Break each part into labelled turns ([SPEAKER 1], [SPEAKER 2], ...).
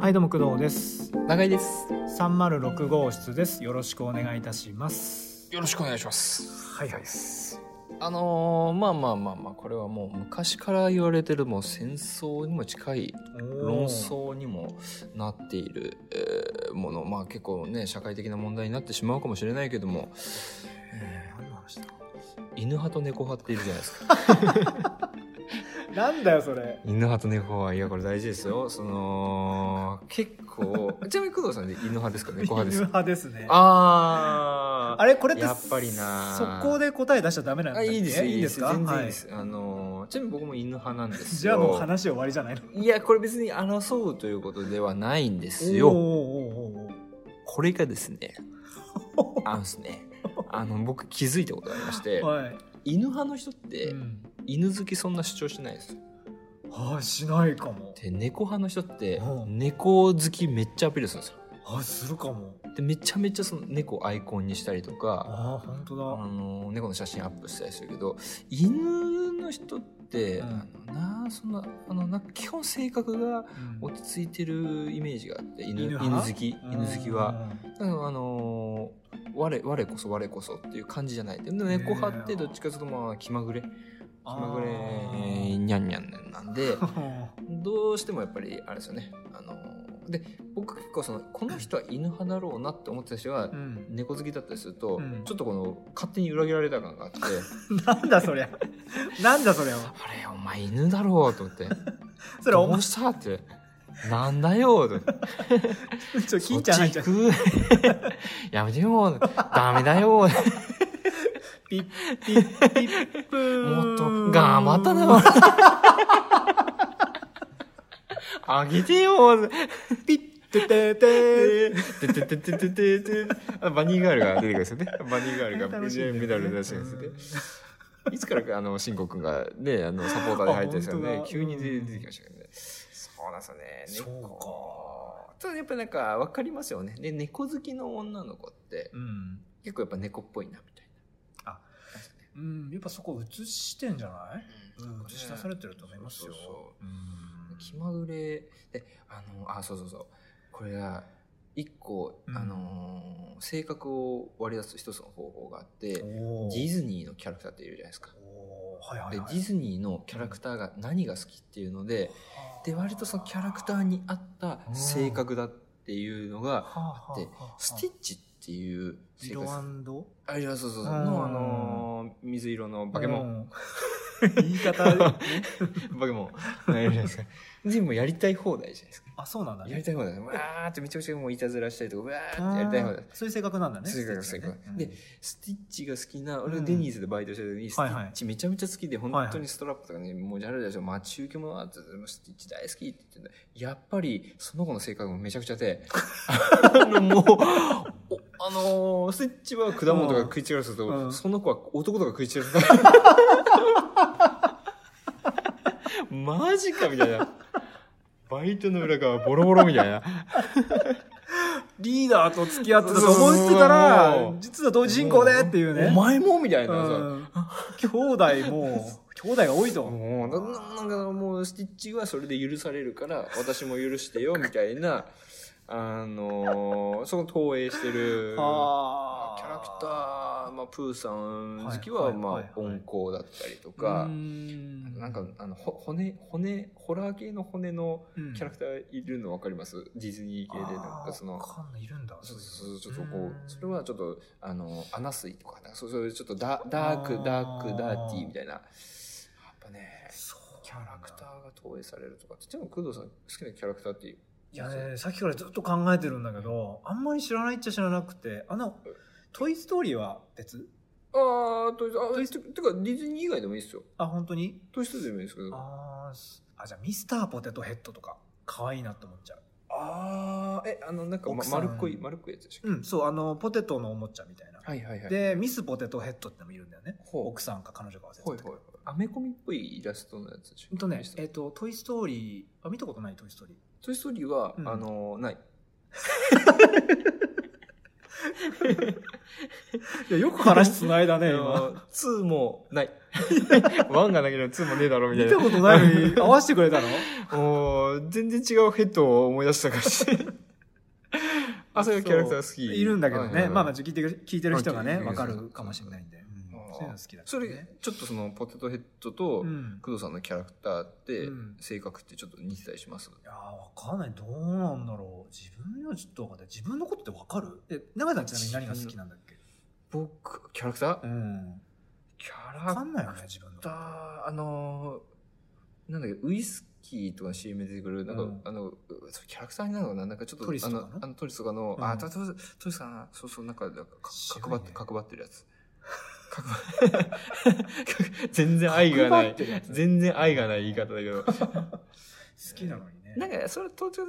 [SPEAKER 1] はいどうも工藤です
[SPEAKER 2] 長井です
[SPEAKER 1] 306号室ですよろしくお願いいたします
[SPEAKER 2] よろしくお願いします
[SPEAKER 1] はいはい
[SPEAKER 2] あのー、まあまあまあまあこれはもう昔から言われてるもう戦争にも近い論争にもなっている、えーものまあ結構ね社会的な問題になってしまうかもしれないけども
[SPEAKER 1] えー何の話だ
[SPEAKER 2] 犬派と猫派っているじゃないですか
[SPEAKER 1] なんだよそれ
[SPEAKER 2] 犬派と猫派いやこれ大事ですよその結構ちなみに工藤さんで犬派ですか
[SPEAKER 1] 犬
[SPEAKER 2] 猫派ですか
[SPEAKER 1] 派ですねあ
[SPEAKER 2] あー
[SPEAKER 1] れこれって
[SPEAKER 2] やっぱりな
[SPEAKER 1] 速攻で答え出しちゃダメなんだ
[SPEAKER 2] あ
[SPEAKER 1] っけ
[SPEAKER 2] いいです
[SPEAKER 1] いいですか
[SPEAKER 2] 全然いいです、あのーちなみに僕も犬派なんで
[SPEAKER 1] はい
[SPEAKER 2] す
[SPEAKER 1] じゃ
[SPEAKER 2] よ
[SPEAKER 1] あもう話終わりじゃないの
[SPEAKER 2] いやこれ別に争うということではないんです
[SPEAKER 1] おー
[SPEAKER 2] よ
[SPEAKER 1] おーおー
[SPEAKER 2] これがです ねあのですねあの僕気づいたことがありまして
[SPEAKER 1] おーは
[SPEAKER 2] 犬派の人っ
[SPEAKER 1] い、
[SPEAKER 2] て、
[SPEAKER 1] うん、
[SPEAKER 2] 犬好きそんな主張してないですよ
[SPEAKER 1] はいしないかも
[SPEAKER 2] で猫派の人って、
[SPEAKER 1] うん
[SPEAKER 2] 猫好きめっちゃアピールするんですよ
[SPEAKER 1] あするかも
[SPEAKER 2] でめちゃめちゃその猫をアイコンにしたりとか
[SPEAKER 1] あー本当
[SPEAKER 2] あ
[SPEAKER 1] だ
[SPEAKER 2] の猫の写真アップしたりするけど犬の人って、
[SPEAKER 1] うん
[SPEAKER 2] あのなそんなあのなんか基本性格が
[SPEAKER 1] うん
[SPEAKER 2] 落ち着いてるイメージがあって犬
[SPEAKER 1] 犬
[SPEAKER 2] 犬
[SPEAKER 1] 派
[SPEAKER 2] 好き犬好きはだからあのー我我こそ我こそっていう感じじゃないでも
[SPEAKER 1] ねえ
[SPEAKER 2] 猫派ってどっちかというとまあ気まぐれ気
[SPEAKER 1] あー
[SPEAKER 2] まぐれにゃんにゃんなん でどうしてもやっぱりあれですよねあのーで僕結構そのこの人は犬派だろうなって思ってた人は
[SPEAKER 1] うん
[SPEAKER 2] 猫好きだったりすると、
[SPEAKER 1] うん
[SPEAKER 2] ちょっとこの勝手に裏切られた 感があって
[SPEAKER 1] なんだそりゃなんだそりゃ
[SPEAKER 2] あれお前犬だろうと思って
[SPEAKER 1] それお
[SPEAKER 2] ど
[SPEAKER 1] も
[SPEAKER 2] う
[SPEAKER 1] し
[SPEAKER 2] したってなんだよと思って
[SPEAKER 1] ちょ金ちゃん入っちゃう
[SPEAKER 2] そっち行く やめてよダメだよ
[SPEAKER 1] ピッピッピップー
[SPEAKER 2] もっと頑張ったなよあげてよ
[SPEAKER 1] ピッててて
[SPEAKER 2] てててててててあバニーガールが出てくるんですよねバニーガールが
[SPEAKER 1] 楽しいんだよね
[SPEAKER 2] メダル出してるんですよねいつからかあの慎吾くんがねあのサポーターで入ってるんです
[SPEAKER 1] あ
[SPEAKER 2] よ
[SPEAKER 1] 本当
[SPEAKER 2] ね
[SPEAKER 1] だ
[SPEAKER 2] 急に出てきましたけどねそうなんですよね
[SPEAKER 1] そうか
[SPEAKER 2] 猫ただやっぱなんか分かりますよねで猫好きの女の子って
[SPEAKER 1] うん、
[SPEAKER 2] 結構やっぱ猫っぽいなみたいな
[SPEAKER 1] あうん、やっぱそこ映してんじゃないうん、映し出されてると思いますよ
[SPEAKER 2] そうそうそう
[SPEAKER 1] うん
[SPEAKER 2] 気まぐれであのあそうそうそうこれが一個、
[SPEAKER 1] うん
[SPEAKER 2] あのー性格を割り出す一つの方法があって
[SPEAKER 1] おー
[SPEAKER 2] ディズニーのキャラクターっているじゃないですか。
[SPEAKER 1] おーはいはい
[SPEAKER 2] でデ
[SPEAKER 1] はい
[SPEAKER 2] ィズニーのキャラクターが何が好きっていうのでで割とそのキャラクターに合った性格だっていうのが
[SPEAKER 1] あ
[SPEAKER 2] ってスティッチっていう性
[SPEAKER 1] 色
[SPEAKER 2] 格
[SPEAKER 1] ド
[SPEAKER 2] あいやそうそうそう
[SPEAKER 1] う
[SPEAKER 2] の
[SPEAKER 1] ん
[SPEAKER 2] あのー水色の化け物
[SPEAKER 1] うん 言い方
[SPEAKER 2] バケモン。いるじゃないですか。全部もうやりたい放題じゃないですか。
[SPEAKER 1] あそうなんだ
[SPEAKER 2] や
[SPEAKER 1] ね
[SPEAKER 2] りたい放題。わーってめちゃくちゃもういたずらしたりとか、わーってやりたい放題
[SPEAKER 1] あ。ーそういう性格なんだね
[SPEAKER 2] そういう性格
[SPEAKER 1] スティッチはね
[SPEAKER 2] でスティッチが好きな、俺はデニーズでバイトしてる時に、ステ
[SPEAKER 1] はい
[SPEAKER 2] ィ
[SPEAKER 1] はい
[SPEAKER 2] ッチめちゃめちゃ好きで、本
[SPEAKER 1] はい
[SPEAKER 2] 当にストラップとかね、もうジャルジャル待ち受けもあって、でもスティッチ大好きって言ってんだやっぱり、その子の性格もめちゃくちゃで、あの もう、おあのースティッチは果物とか食い違うする
[SPEAKER 1] う
[SPEAKER 2] と、
[SPEAKER 1] ん
[SPEAKER 2] その子は男とか食い違う。マジかみたいな。バイトの裏側ボロボロみたい な。
[SPEAKER 1] リーダーと付き合ってたと思ってた
[SPEAKER 2] そうそう
[SPEAKER 1] ら
[SPEAKER 2] そう
[SPEAKER 1] 実は同時進行でっていうね
[SPEAKER 2] お前もみたいなさ。
[SPEAKER 1] うん兄弟も兄弟が多いと
[SPEAKER 2] もうなななんかもうスティッチはそれで許されるから私も許してよみたいなあのーその投影してるキャ
[SPEAKER 1] あー
[SPEAKER 2] ラクター、まあ、プーさん好き
[SPEAKER 1] は
[SPEAKER 2] は
[SPEAKER 1] はい
[SPEAKER 2] い
[SPEAKER 1] はい
[SPEAKER 2] ま
[SPEAKER 1] はい
[SPEAKER 2] あ温厚だったりと
[SPEAKER 1] う
[SPEAKER 2] か
[SPEAKER 1] ー。ん
[SPEAKER 2] なんかあのほ骨骨ホラー系の骨のキャラクターいるの分かります、ディズニー系でなんかその
[SPEAKER 1] あーわかんないいるんだ
[SPEAKER 2] そうそうそうちょっとこ
[SPEAKER 1] う
[SPEAKER 2] うんそれはちょっとあの穴水とかなんかそうそういうちょっとダダーク
[SPEAKER 1] あー
[SPEAKER 2] ダークダーティーみたいなやっぱね
[SPEAKER 1] そう
[SPEAKER 2] キャラクターが投影されるとかってでも工藤さん好きなキャラクターっていう
[SPEAKER 1] いやねさっきからずっと考えてるんだけどあんまり知らないっちゃ知らなくてあの「トイ・ストーリー」は別
[SPEAKER 2] ああとあえててかディズニー以外でもいいですよ
[SPEAKER 1] あ本当に
[SPEAKER 2] トイ・ストーリーでもいいですけどあ
[SPEAKER 1] あーすあじゃあミスターポテトヘッドとか可愛いなって思っちゃう
[SPEAKER 2] あーえあのなんか、ま
[SPEAKER 1] 奥、さん
[SPEAKER 2] 丸っこい丸っこいやつでしょ、
[SPEAKER 1] うんそうあのポテトのおもちゃみたいな、
[SPEAKER 2] はいはいはい
[SPEAKER 1] でミスポテトヘッドってのもいるんだよね
[SPEAKER 2] ほう
[SPEAKER 1] 奥さんか彼女か忘れてた
[SPEAKER 2] ほいほいアメコミっぽいイラストのやつでしょ
[SPEAKER 1] ほんとね
[SPEAKER 2] ミスタ
[SPEAKER 1] え
[SPEAKER 2] ー
[SPEAKER 1] っ、と「トイ・ストーリー」あ見たことない「トイ・ストーリー」
[SPEAKER 2] トイ・ストーリーは、
[SPEAKER 1] うん
[SPEAKER 2] あのない
[SPEAKER 1] いやよく話つないだ
[SPEAKER 2] あ
[SPEAKER 1] ね今
[SPEAKER 2] の2も ない。1がなければ2もねえだろ、みた
[SPEAKER 1] 見
[SPEAKER 2] い
[SPEAKER 1] た
[SPEAKER 2] な。
[SPEAKER 1] ことないのに合わせてくれたの
[SPEAKER 2] もう、全然違うヘッドを思い出した感じ。 あ、そういうキャラクター好き。
[SPEAKER 1] いるんだけど
[SPEAKER 2] はいはい
[SPEAKER 1] ね
[SPEAKER 2] はい
[SPEAKER 1] まあまあ聞いてる聞いてる人がね
[SPEAKER 2] うん
[SPEAKER 1] わかるかもしれないんでうん
[SPEAKER 2] あー
[SPEAKER 1] そういうの好きだ
[SPEAKER 2] そ
[SPEAKER 1] から
[SPEAKER 2] れ
[SPEAKER 1] ね、
[SPEAKER 2] ちょっとそのポテトヘッドと、
[SPEAKER 1] うん
[SPEAKER 2] 工藤さんのキャラクターって、
[SPEAKER 1] うん
[SPEAKER 2] 性格ってちょっと似てたりします
[SPEAKER 1] いやーわかんないどうなんだろう自分にはちょっとわかんない自分のことってわかるえ永井さんちなみに何が好きなんだっけ
[SPEAKER 2] 僕、キャラクター
[SPEAKER 1] うん
[SPEAKER 2] キャ
[SPEAKER 1] わ
[SPEAKER 2] ラ
[SPEAKER 1] か
[SPEAKER 2] ク
[SPEAKER 1] んないよね自分の
[SPEAKER 2] ター、あのー、なんだっけ、ウイスキーとかの CM で出てくる、なんか、
[SPEAKER 1] うん
[SPEAKER 2] あの、うそれキャラクターになるのかななんかちょっと、
[SPEAKER 1] トリス
[SPEAKER 2] あ
[SPEAKER 1] とか
[SPEAKER 2] の
[SPEAKER 1] の、
[SPEAKER 2] あのトリスとかの、
[SPEAKER 1] うん
[SPEAKER 2] あ、トリストリスかなそうそう、なんか、なんかか
[SPEAKER 1] 渋い
[SPEAKER 2] 角
[SPEAKER 1] ね
[SPEAKER 2] 張って、角張ってる やつ。 角張全然愛がない
[SPEAKER 1] 角張ってるや。つ
[SPEAKER 2] 全然愛がない言い方だけど。
[SPEAKER 1] 好きなのにね
[SPEAKER 2] なんか、それ、とちょっ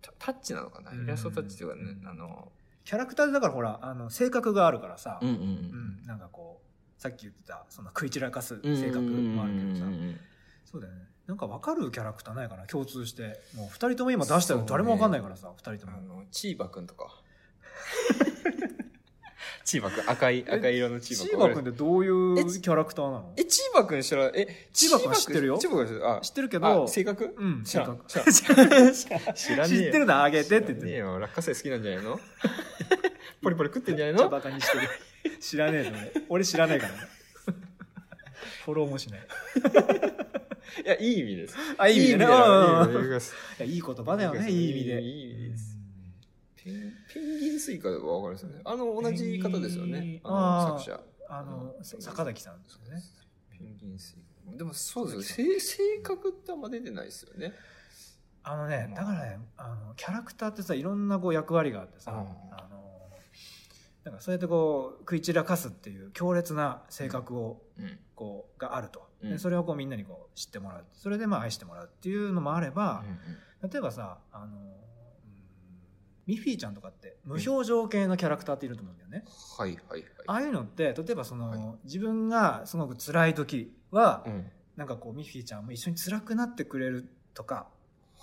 [SPEAKER 2] と、タタッチなのかな
[SPEAKER 1] うん
[SPEAKER 2] イラストタッチとかね
[SPEAKER 1] う、ん
[SPEAKER 2] あの、
[SPEAKER 1] キャラクターでだからほらあの性格があるからさ、
[SPEAKER 2] うんうんう。
[SPEAKER 1] うんんなんかこうさっき言ってたそんな食い散らかす
[SPEAKER 2] うん
[SPEAKER 1] 性格もあるけどさ、
[SPEAKER 2] うんうんうん
[SPEAKER 1] そうだよねなんか分かるキャラクターないかな共通してもう2人とも今出したの誰も分かんないからさ、2人と
[SPEAKER 2] あ
[SPEAKER 1] も
[SPEAKER 2] の、チーバくんとか。 チーバくん、赤い、
[SPEAKER 1] え
[SPEAKER 2] 赤い色のチ
[SPEAKER 1] チ
[SPEAKER 2] ーバくん。
[SPEAKER 1] ーバくんってどういう
[SPEAKER 2] え
[SPEAKER 1] キャラクターなの
[SPEAKER 2] え、チーバくん知らないえ、
[SPEAKER 1] チーバくん知ってるよ
[SPEAKER 2] チーバくん知ってるあ、
[SPEAKER 1] 知ってるけ
[SPEAKER 2] あ
[SPEAKER 1] ど
[SPEAKER 2] 性格
[SPEAKER 1] うん
[SPEAKER 2] 知ら
[SPEAKER 1] 性
[SPEAKER 2] ん
[SPEAKER 1] 格。
[SPEAKER 2] 知らん知らね
[SPEAKER 1] 知
[SPEAKER 2] え
[SPEAKER 1] ってる
[SPEAKER 2] よ。
[SPEAKER 1] のあげてって言っ
[SPEAKER 2] 知らねえ
[SPEAKER 1] て
[SPEAKER 2] よ。落花生好きなんじゃないの ポリポリ食ってんじゃない
[SPEAKER 1] めっちゃ
[SPEAKER 2] の
[SPEAKER 1] バカにしてる知らねえぞ俺俺知らない からねフォローもしない
[SPEAKER 2] いや、いい意味です。
[SPEAKER 1] あいい意味でね
[SPEAKER 2] いだ
[SPEAKER 1] う
[SPEAKER 2] よ
[SPEAKER 1] ん
[SPEAKER 2] いい意味です
[SPEAKER 1] いやいい言葉だよねいい意味で
[SPEAKER 2] いい意味です
[SPEAKER 1] うん
[SPEAKER 2] ペンペンギンスイカはわかりますよね。あの、同じ方ですよ
[SPEAKER 1] ペンギ
[SPEAKER 2] ね
[SPEAKER 1] ン。
[SPEAKER 2] あ
[SPEAKER 1] あー
[SPEAKER 2] の、作者。
[SPEAKER 1] あの、
[SPEAKER 2] うん
[SPEAKER 1] 坂崎さんですよね。
[SPEAKER 2] ペンギンスイカ。でもそうですよね。性性格ってあんま出てないですよね。
[SPEAKER 1] あのね
[SPEAKER 2] う、ん
[SPEAKER 1] だからね、あの、キャラクターってさ、いろんなこう役割があってさ、
[SPEAKER 2] うん
[SPEAKER 1] あの、なんかそうやってこう、食い散らかすっていう強烈な性格を、
[SPEAKER 2] うん。
[SPEAKER 1] こう、があると。
[SPEAKER 2] うん
[SPEAKER 1] でそれをこうみんなにこう知ってもらう。それでまあ愛してもらうっていうのもあれば、例えばさ、あの、うんミッフィーちゃんとかって無表情系のキャラクターっていると思うんだよね。
[SPEAKER 2] はいはい
[SPEAKER 1] あ
[SPEAKER 2] はい。
[SPEAKER 1] あいうのって、例えばその、
[SPEAKER 2] はい
[SPEAKER 1] 自分がすごく辛い時は、
[SPEAKER 2] うん。
[SPEAKER 1] なんかこうミッフィーちゃんも一緒に辛くなってくれるとか、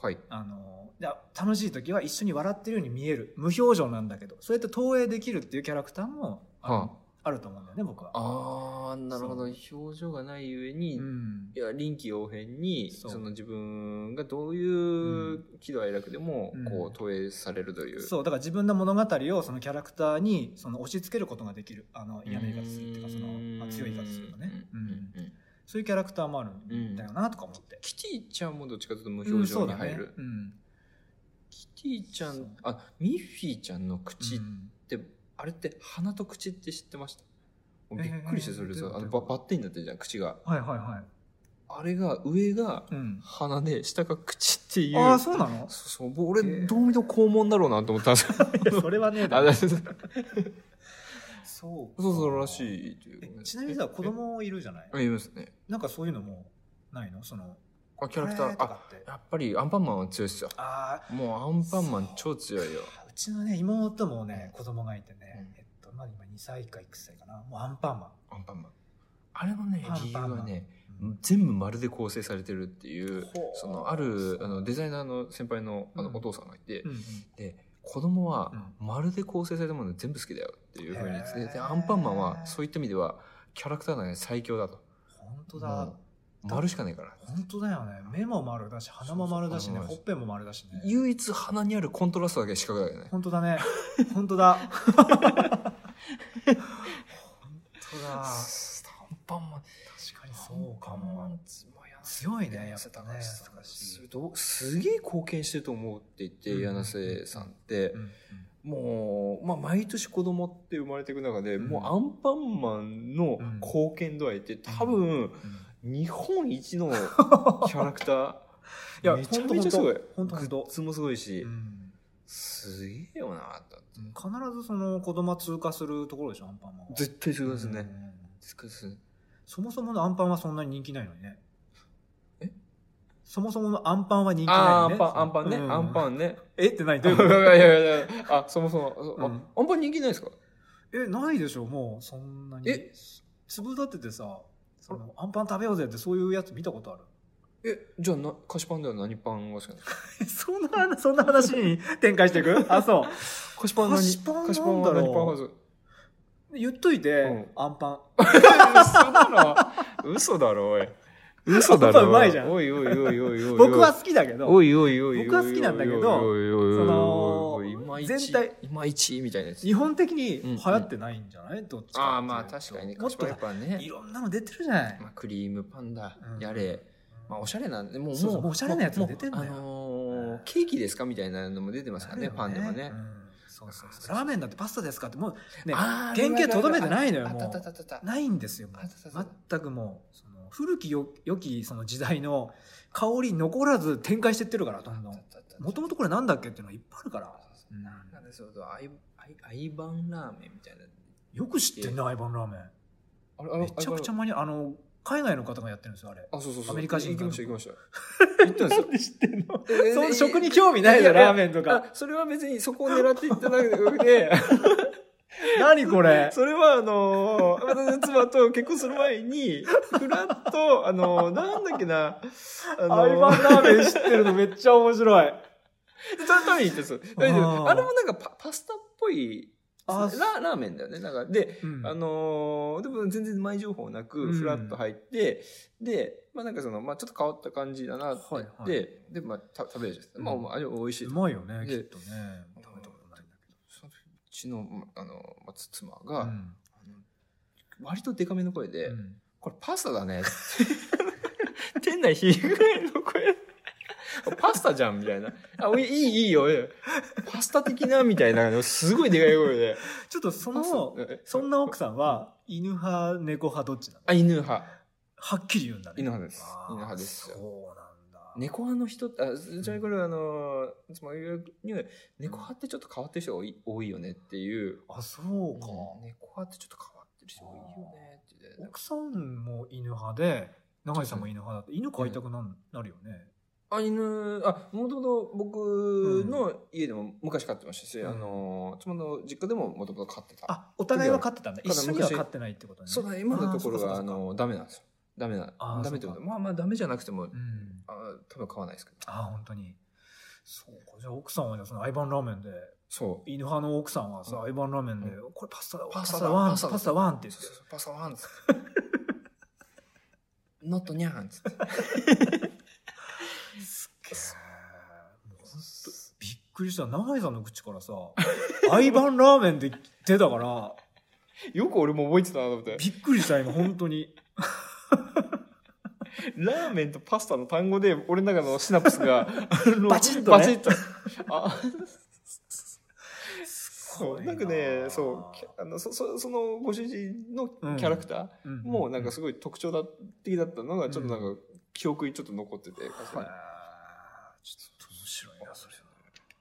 [SPEAKER 2] はい。
[SPEAKER 1] あので楽しい時は一緒に笑ってるように見える無表情なんだけどそうやって投影できるっていうキャラクターもあの
[SPEAKER 2] は
[SPEAKER 1] あると思うんだよね僕は。
[SPEAKER 2] ああ、なるほど。表情がないゆえに、
[SPEAKER 1] うん
[SPEAKER 2] いや、臨機応変に、
[SPEAKER 1] そ
[SPEAKER 2] そうの自分がどういう喜怒哀楽でも、
[SPEAKER 1] うん
[SPEAKER 2] こう、投影されるという。
[SPEAKER 1] そうだから自分の物語をそのキャラクターにその押し付けることができるあの
[SPEAKER 2] うん。
[SPEAKER 1] 嫌な言い方するっていうかその、まあ、強い言い方するとかね、
[SPEAKER 2] う
[SPEAKER 1] うんん
[SPEAKER 2] うんうん
[SPEAKER 1] そういうキャラクターもあるんだよなとか思って、
[SPEAKER 2] キティちゃんもどっちかというと無
[SPEAKER 1] うん
[SPEAKER 2] 表
[SPEAKER 1] そ
[SPEAKER 2] 情
[SPEAKER 1] う
[SPEAKER 2] に
[SPEAKER 1] だね
[SPEAKER 2] 入る。
[SPEAKER 1] うん
[SPEAKER 2] キティちゃ、
[SPEAKER 1] そうん
[SPEAKER 2] あ、ミッフィーちゃんの口っ
[SPEAKER 1] うん
[SPEAKER 2] て、あれって鼻と口って知ってました
[SPEAKER 1] え
[SPEAKER 2] び
[SPEAKER 1] え
[SPEAKER 2] っくりしてそれさ、
[SPEAKER 1] ええ
[SPEAKER 2] あ
[SPEAKER 1] え
[SPEAKER 2] の
[SPEAKER 1] え
[SPEAKER 2] ババッテンになってるじゃん、口が。
[SPEAKER 1] はいはいは
[SPEAKER 2] あれが、上が
[SPEAKER 1] い、うん、
[SPEAKER 2] 鼻で、下が口っていう。
[SPEAKER 1] ああそうなの
[SPEAKER 2] そうそう、もう俺、
[SPEAKER 1] えー
[SPEAKER 2] どう見ても肛門だろうなと思ったんですよ。
[SPEAKER 1] いや それはねえだ
[SPEAKER 2] あ
[SPEAKER 1] ろ
[SPEAKER 2] だそう
[SPEAKER 1] そうか
[SPEAKER 2] そうらしいという
[SPEAKER 1] えちなみにさ子供いるじゃない
[SPEAKER 2] ええいますね。
[SPEAKER 1] なんかそういうのもないのその
[SPEAKER 2] あ、キャラクタ
[SPEAKER 1] これ
[SPEAKER 2] ー。
[SPEAKER 1] と
[SPEAKER 2] あ、
[SPEAKER 1] かって
[SPEAKER 2] やっぱりアンパンマンは強いっすよ。
[SPEAKER 1] あ
[SPEAKER 2] もうアンパンマン超強いよ。
[SPEAKER 1] あうちのね妹もね子供がいてね、
[SPEAKER 2] うん
[SPEAKER 1] えっとまだ今2歳か1歳かなもうアンパンマ
[SPEAKER 2] アンパンマン。あれのね
[SPEAKER 1] アン、
[SPEAKER 2] 理由
[SPEAKER 1] パンマン
[SPEAKER 2] はね、
[SPEAKER 1] ン、うん
[SPEAKER 2] 全部丸で構成されてるっていう
[SPEAKER 1] ほう、
[SPEAKER 2] その、ある、あの、デザイナーの先輩の、あ
[SPEAKER 1] う
[SPEAKER 2] の、
[SPEAKER 1] ん
[SPEAKER 2] お父さんがいて
[SPEAKER 1] う、んうん
[SPEAKER 2] で、子供は
[SPEAKER 1] うん
[SPEAKER 2] 丸で構成されたもの全部好きだよっていうふうに言って
[SPEAKER 1] へー
[SPEAKER 2] て、でアンパンマンは、そういった意味では、キャラクターがね、最強だと。
[SPEAKER 1] 本当
[SPEAKER 2] も
[SPEAKER 1] だ
[SPEAKER 2] う丸しかないから。
[SPEAKER 1] 本当だよね目も丸だし鼻も丸だしね
[SPEAKER 2] そうそう
[SPEAKER 1] ほっぺも丸だしね
[SPEAKER 2] 唯一鼻にあるコントラストだけ四角だよね。
[SPEAKER 1] 本当だね本当 だ本当だ
[SPEAKER 2] スタンパンマン、
[SPEAKER 1] 確かにそうかも
[SPEAKER 2] す
[SPEAKER 1] 強い
[SPEAKER 2] ごいね、
[SPEAKER 1] ねや
[SPEAKER 2] や
[SPEAKER 1] っ
[SPEAKER 2] っ
[SPEAKER 1] ぱ
[SPEAKER 2] ぱ
[SPEAKER 1] ね
[SPEAKER 2] ね。すどうすげえ貢献してると思うって言って、
[SPEAKER 1] うん
[SPEAKER 2] 柳瀬さんって
[SPEAKER 1] う、ん
[SPEAKER 2] もう、まあ、毎年子供って生まれていく中で、
[SPEAKER 1] うん
[SPEAKER 2] もうアンパンマンの貢献度合いって多分、
[SPEAKER 1] うん
[SPEAKER 2] 日本 一のキャラクター。
[SPEAKER 1] いや
[SPEAKER 2] めちゃめちゃすごい。
[SPEAKER 1] ほんとほんとほんとほんと
[SPEAKER 2] グッズもすごいし、
[SPEAKER 1] うん
[SPEAKER 2] すげえよなと。
[SPEAKER 1] 必ずその子供は通過するところでしょアンパンマンは
[SPEAKER 2] 絶対すごいです
[SPEAKER 1] う
[SPEAKER 2] ね。
[SPEAKER 1] ん
[SPEAKER 2] すごいですね。
[SPEAKER 1] そもそものアンパンはそんなに人気ないのにね
[SPEAKER 2] え
[SPEAKER 1] そもそものアンパンは人気
[SPEAKER 2] あ
[SPEAKER 1] ないのにね
[SPEAKER 2] ーアンパン、アンパンね、アン
[SPEAKER 1] ン
[SPEAKER 2] パンね。
[SPEAKER 1] えってない
[SPEAKER 2] い
[SPEAKER 1] どう
[SPEAKER 2] や
[SPEAKER 1] い
[SPEAKER 2] いう
[SPEAKER 1] こと
[SPEAKER 2] やいやいや、あ、そもそも、そ
[SPEAKER 1] うん
[SPEAKER 2] あ、アンパン人気ないですか
[SPEAKER 1] えないでしょもうそんなに
[SPEAKER 2] え
[SPEAKER 1] 粒立っててさそのアンパン食べようぜってそういうやつ見たことある
[SPEAKER 2] え、じゃあな、菓子パンでは何パンが好きなんですか
[SPEAKER 1] そんな話そんな話に展開していく あそう
[SPEAKER 2] 菓子パン
[SPEAKER 1] 菓
[SPEAKER 2] 何
[SPEAKER 1] 子パン
[SPEAKER 2] 菓子パン
[SPEAKER 1] な
[SPEAKER 2] は
[SPEAKER 1] んだろう
[SPEAKER 2] 何パンが好き
[SPEAKER 1] 言っといて、
[SPEAKER 2] うん
[SPEAKER 1] アンパン。
[SPEAKER 2] 嘘だろ 嘘だろおい 嘘だ
[SPEAKER 1] う
[SPEAKER 2] ろ
[SPEAKER 1] まいじゃん
[SPEAKER 2] おいおいおいおいおいおい
[SPEAKER 1] 僕は好きだけど、
[SPEAKER 2] おいおいおいおい
[SPEAKER 1] 僕は好きなんだけど
[SPEAKER 2] おいおいおいおい
[SPEAKER 1] その
[SPEAKER 2] おいおいおい
[SPEAKER 1] 全体
[SPEAKER 2] いまいちみたいなやつ
[SPEAKER 1] 日本的に流行ってないんじゃない、どっちかっていうと。
[SPEAKER 2] ああまあ確かにね
[SPEAKER 1] もっと
[SPEAKER 2] やっぱ
[SPEAKER 1] い
[SPEAKER 2] ね、
[SPEAKER 1] ろんなの出てるじゃない。
[SPEAKER 2] まあ、クリームパンダ
[SPEAKER 1] うん
[SPEAKER 2] やれ、まあおしゃれなんでもう
[SPEAKER 1] そうそう
[SPEAKER 2] もう
[SPEAKER 1] おしゃれなやつも出てんだよ
[SPEAKER 2] もうあのーケーキですかみたいなのも出てますからねパンでもね、
[SPEAKER 1] うんそうそうそうラーメンだってパスタですかってもうね
[SPEAKER 2] あー
[SPEAKER 1] 原型とどめてないのよ
[SPEAKER 2] あ
[SPEAKER 1] もう
[SPEAKER 2] あったあったあったあった
[SPEAKER 1] ないんですよもう
[SPEAKER 2] あそうそうそう
[SPEAKER 1] 全くもうその古きよ良きその時代の香り残らず展開してってるからどんどんもともとこれなんだっけっていうのがいっぱいあるからうん
[SPEAKER 2] なんでそうそうアイアイアイバンラーメンみたいな
[SPEAKER 1] よく知ってんなアイバンラーメ
[SPEAKER 2] あれあ
[SPEAKER 1] ン
[SPEAKER 2] れ
[SPEAKER 1] めちゃくちゃ
[SPEAKER 2] あ
[SPEAKER 1] マニアあの海外の方がやってるんですよあれ
[SPEAKER 2] れあそうそうそう
[SPEAKER 1] アメリカ人
[SPEAKER 2] 行き
[SPEAKER 1] が
[SPEAKER 2] ました行きました行ったんですよ
[SPEAKER 1] で知ってんの
[SPEAKER 2] ええ
[SPEAKER 1] そ
[SPEAKER 2] え
[SPEAKER 1] の食に興味ない
[SPEAKER 2] いや
[SPEAKER 1] よ
[SPEAKER 2] いや
[SPEAKER 1] ラーメンと
[SPEAKER 2] あ
[SPEAKER 1] か
[SPEAKER 2] それは別にそこを狙っていっただけでよくて
[SPEAKER 1] 何これ
[SPEAKER 2] それはあのー私の妻と結婚する前にふらっとあのーなんだっけなあの
[SPEAKER 1] アイバンラーメン知ってるのめっちゃ面白い
[SPEAKER 2] 食べに行ったんですよ食べに行っ
[SPEAKER 1] あー
[SPEAKER 2] たんですあれもなんかパパスタっぽい
[SPEAKER 1] あ
[SPEAKER 2] ララーメンだよねなんかで
[SPEAKER 1] うん
[SPEAKER 2] あのーでも全然前情報な
[SPEAKER 1] う
[SPEAKER 2] く
[SPEAKER 1] ん
[SPEAKER 2] フラッと入って、で、まあ、なんかその、まあ、ちょっと変わった感じだなって言って、
[SPEAKER 1] はいは
[SPEAKER 2] で、まあ、た食べるじゃないですか、
[SPEAKER 1] うん
[SPEAKER 2] まあまあ、あれ美味しいうと
[SPEAKER 1] まいよねき
[SPEAKER 2] で
[SPEAKER 1] っとね食べたことないんだけ
[SPEAKER 2] そのうちのあの、まあ、つ妻
[SPEAKER 1] ど
[SPEAKER 2] が、
[SPEAKER 1] うん
[SPEAKER 2] あの割とデカめの声で、
[SPEAKER 1] うん
[SPEAKER 2] これパスタだねって 店内ひいぐらいの声パスタじゃんみたいな。あ、おいいい、いいよ。パスタ的なみたいな、すごいでかい声で。
[SPEAKER 1] ちょっとそ
[SPEAKER 2] パス
[SPEAKER 1] の
[SPEAKER 2] タえ
[SPEAKER 1] そんな奥さんは犬派猫派どっちなの
[SPEAKER 2] あ、犬派。
[SPEAKER 1] はっきり言うんだね
[SPEAKER 2] 犬派です
[SPEAKER 1] あー
[SPEAKER 2] 犬派ですよ
[SPEAKER 1] そうなんだ
[SPEAKER 2] 猫派の人って、あちなみにこれ、あの、つまり、猫派ってちょっと変わってる人が多い多いよねっていう。
[SPEAKER 1] あそうか、
[SPEAKER 2] うん猫派ってちょっと変わってる人多いよねって言って。
[SPEAKER 1] 奥さんも犬派で永井さんも犬派だって犬飼いたくな,、なるよね
[SPEAKER 2] あ、犬、あ、もともと僕の家でも昔飼ってましたし、
[SPEAKER 1] うん
[SPEAKER 2] あの、妻の実家でももともと飼ってた。
[SPEAKER 1] あお互いは飼ってたんだ
[SPEAKER 2] ただ
[SPEAKER 1] 一緒には
[SPEAKER 2] 昔
[SPEAKER 1] 飼ってないってことね
[SPEAKER 2] そうだ、今のところ
[SPEAKER 1] あー
[SPEAKER 2] が、あ
[SPEAKER 1] そうかそうかそうか
[SPEAKER 2] の、ダメなんですよ。ダメな
[SPEAKER 1] あ、ー
[SPEAKER 2] ダメってこと
[SPEAKER 1] そう
[SPEAKER 2] まあまあ、ダメじゃなくても、
[SPEAKER 1] うん
[SPEAKER 2] あ多分飼わないですけど。
[SPEAKER 1] あー本当にそうかじゃあ奥さんはじゃあそのアイバンラーメンで
[SPEAKER 2] そう。
[SPEAKER 1] 犬派の奥さんはさ、
[SPEAKER 2] うん
[SPEAKER 1] アイバンラーメンで、
[SPEAKER 2] う
[SPEAKER 1] これパスタだ
[SPEAKER 2] パスタだ
[SPEAKER 1] ワン
[SPEAKER 2] パ
[SPEAKER 1] パ
[SPEAKER 2] スタだ
[SPEAKER 1] スタワンって言っ
[SPEAKER 2] そ
[SPEAKER 1] て
[SPEAKER 2] うそうそうパサワンっつって。 ノットニャーンっつって。
[SPEAKER 1] すげえもう本当びっくりした永井さんの口からさアイバンラーメンって出たから
[SPEAKER 2] よく俺も覚えてたなと思 って。
[SPEAKER 1] びっくりした今本当に
[SPEAKER 2] ラーメンとパスタの単語で、俺の中のシナプス が、あの
[SPEAKER 1] バチッとね
[SPEAKER 2] バチ ッと。あそ
[SPEAKER 1] ご
[SPEAKER 2] う
[SPEAKER 1] いな
[SPEAKER 2] な
[SPEAKER 1] あ
[SPEAKER 2] んかね、そうきゃ、あのそそそのご主人のキャラクターもなんかすごい特徴だ的だったのが、ちょっとなんか記憶にちょっと残ってて、
[SPEAKER 1] ごいちょっと面白いなそれは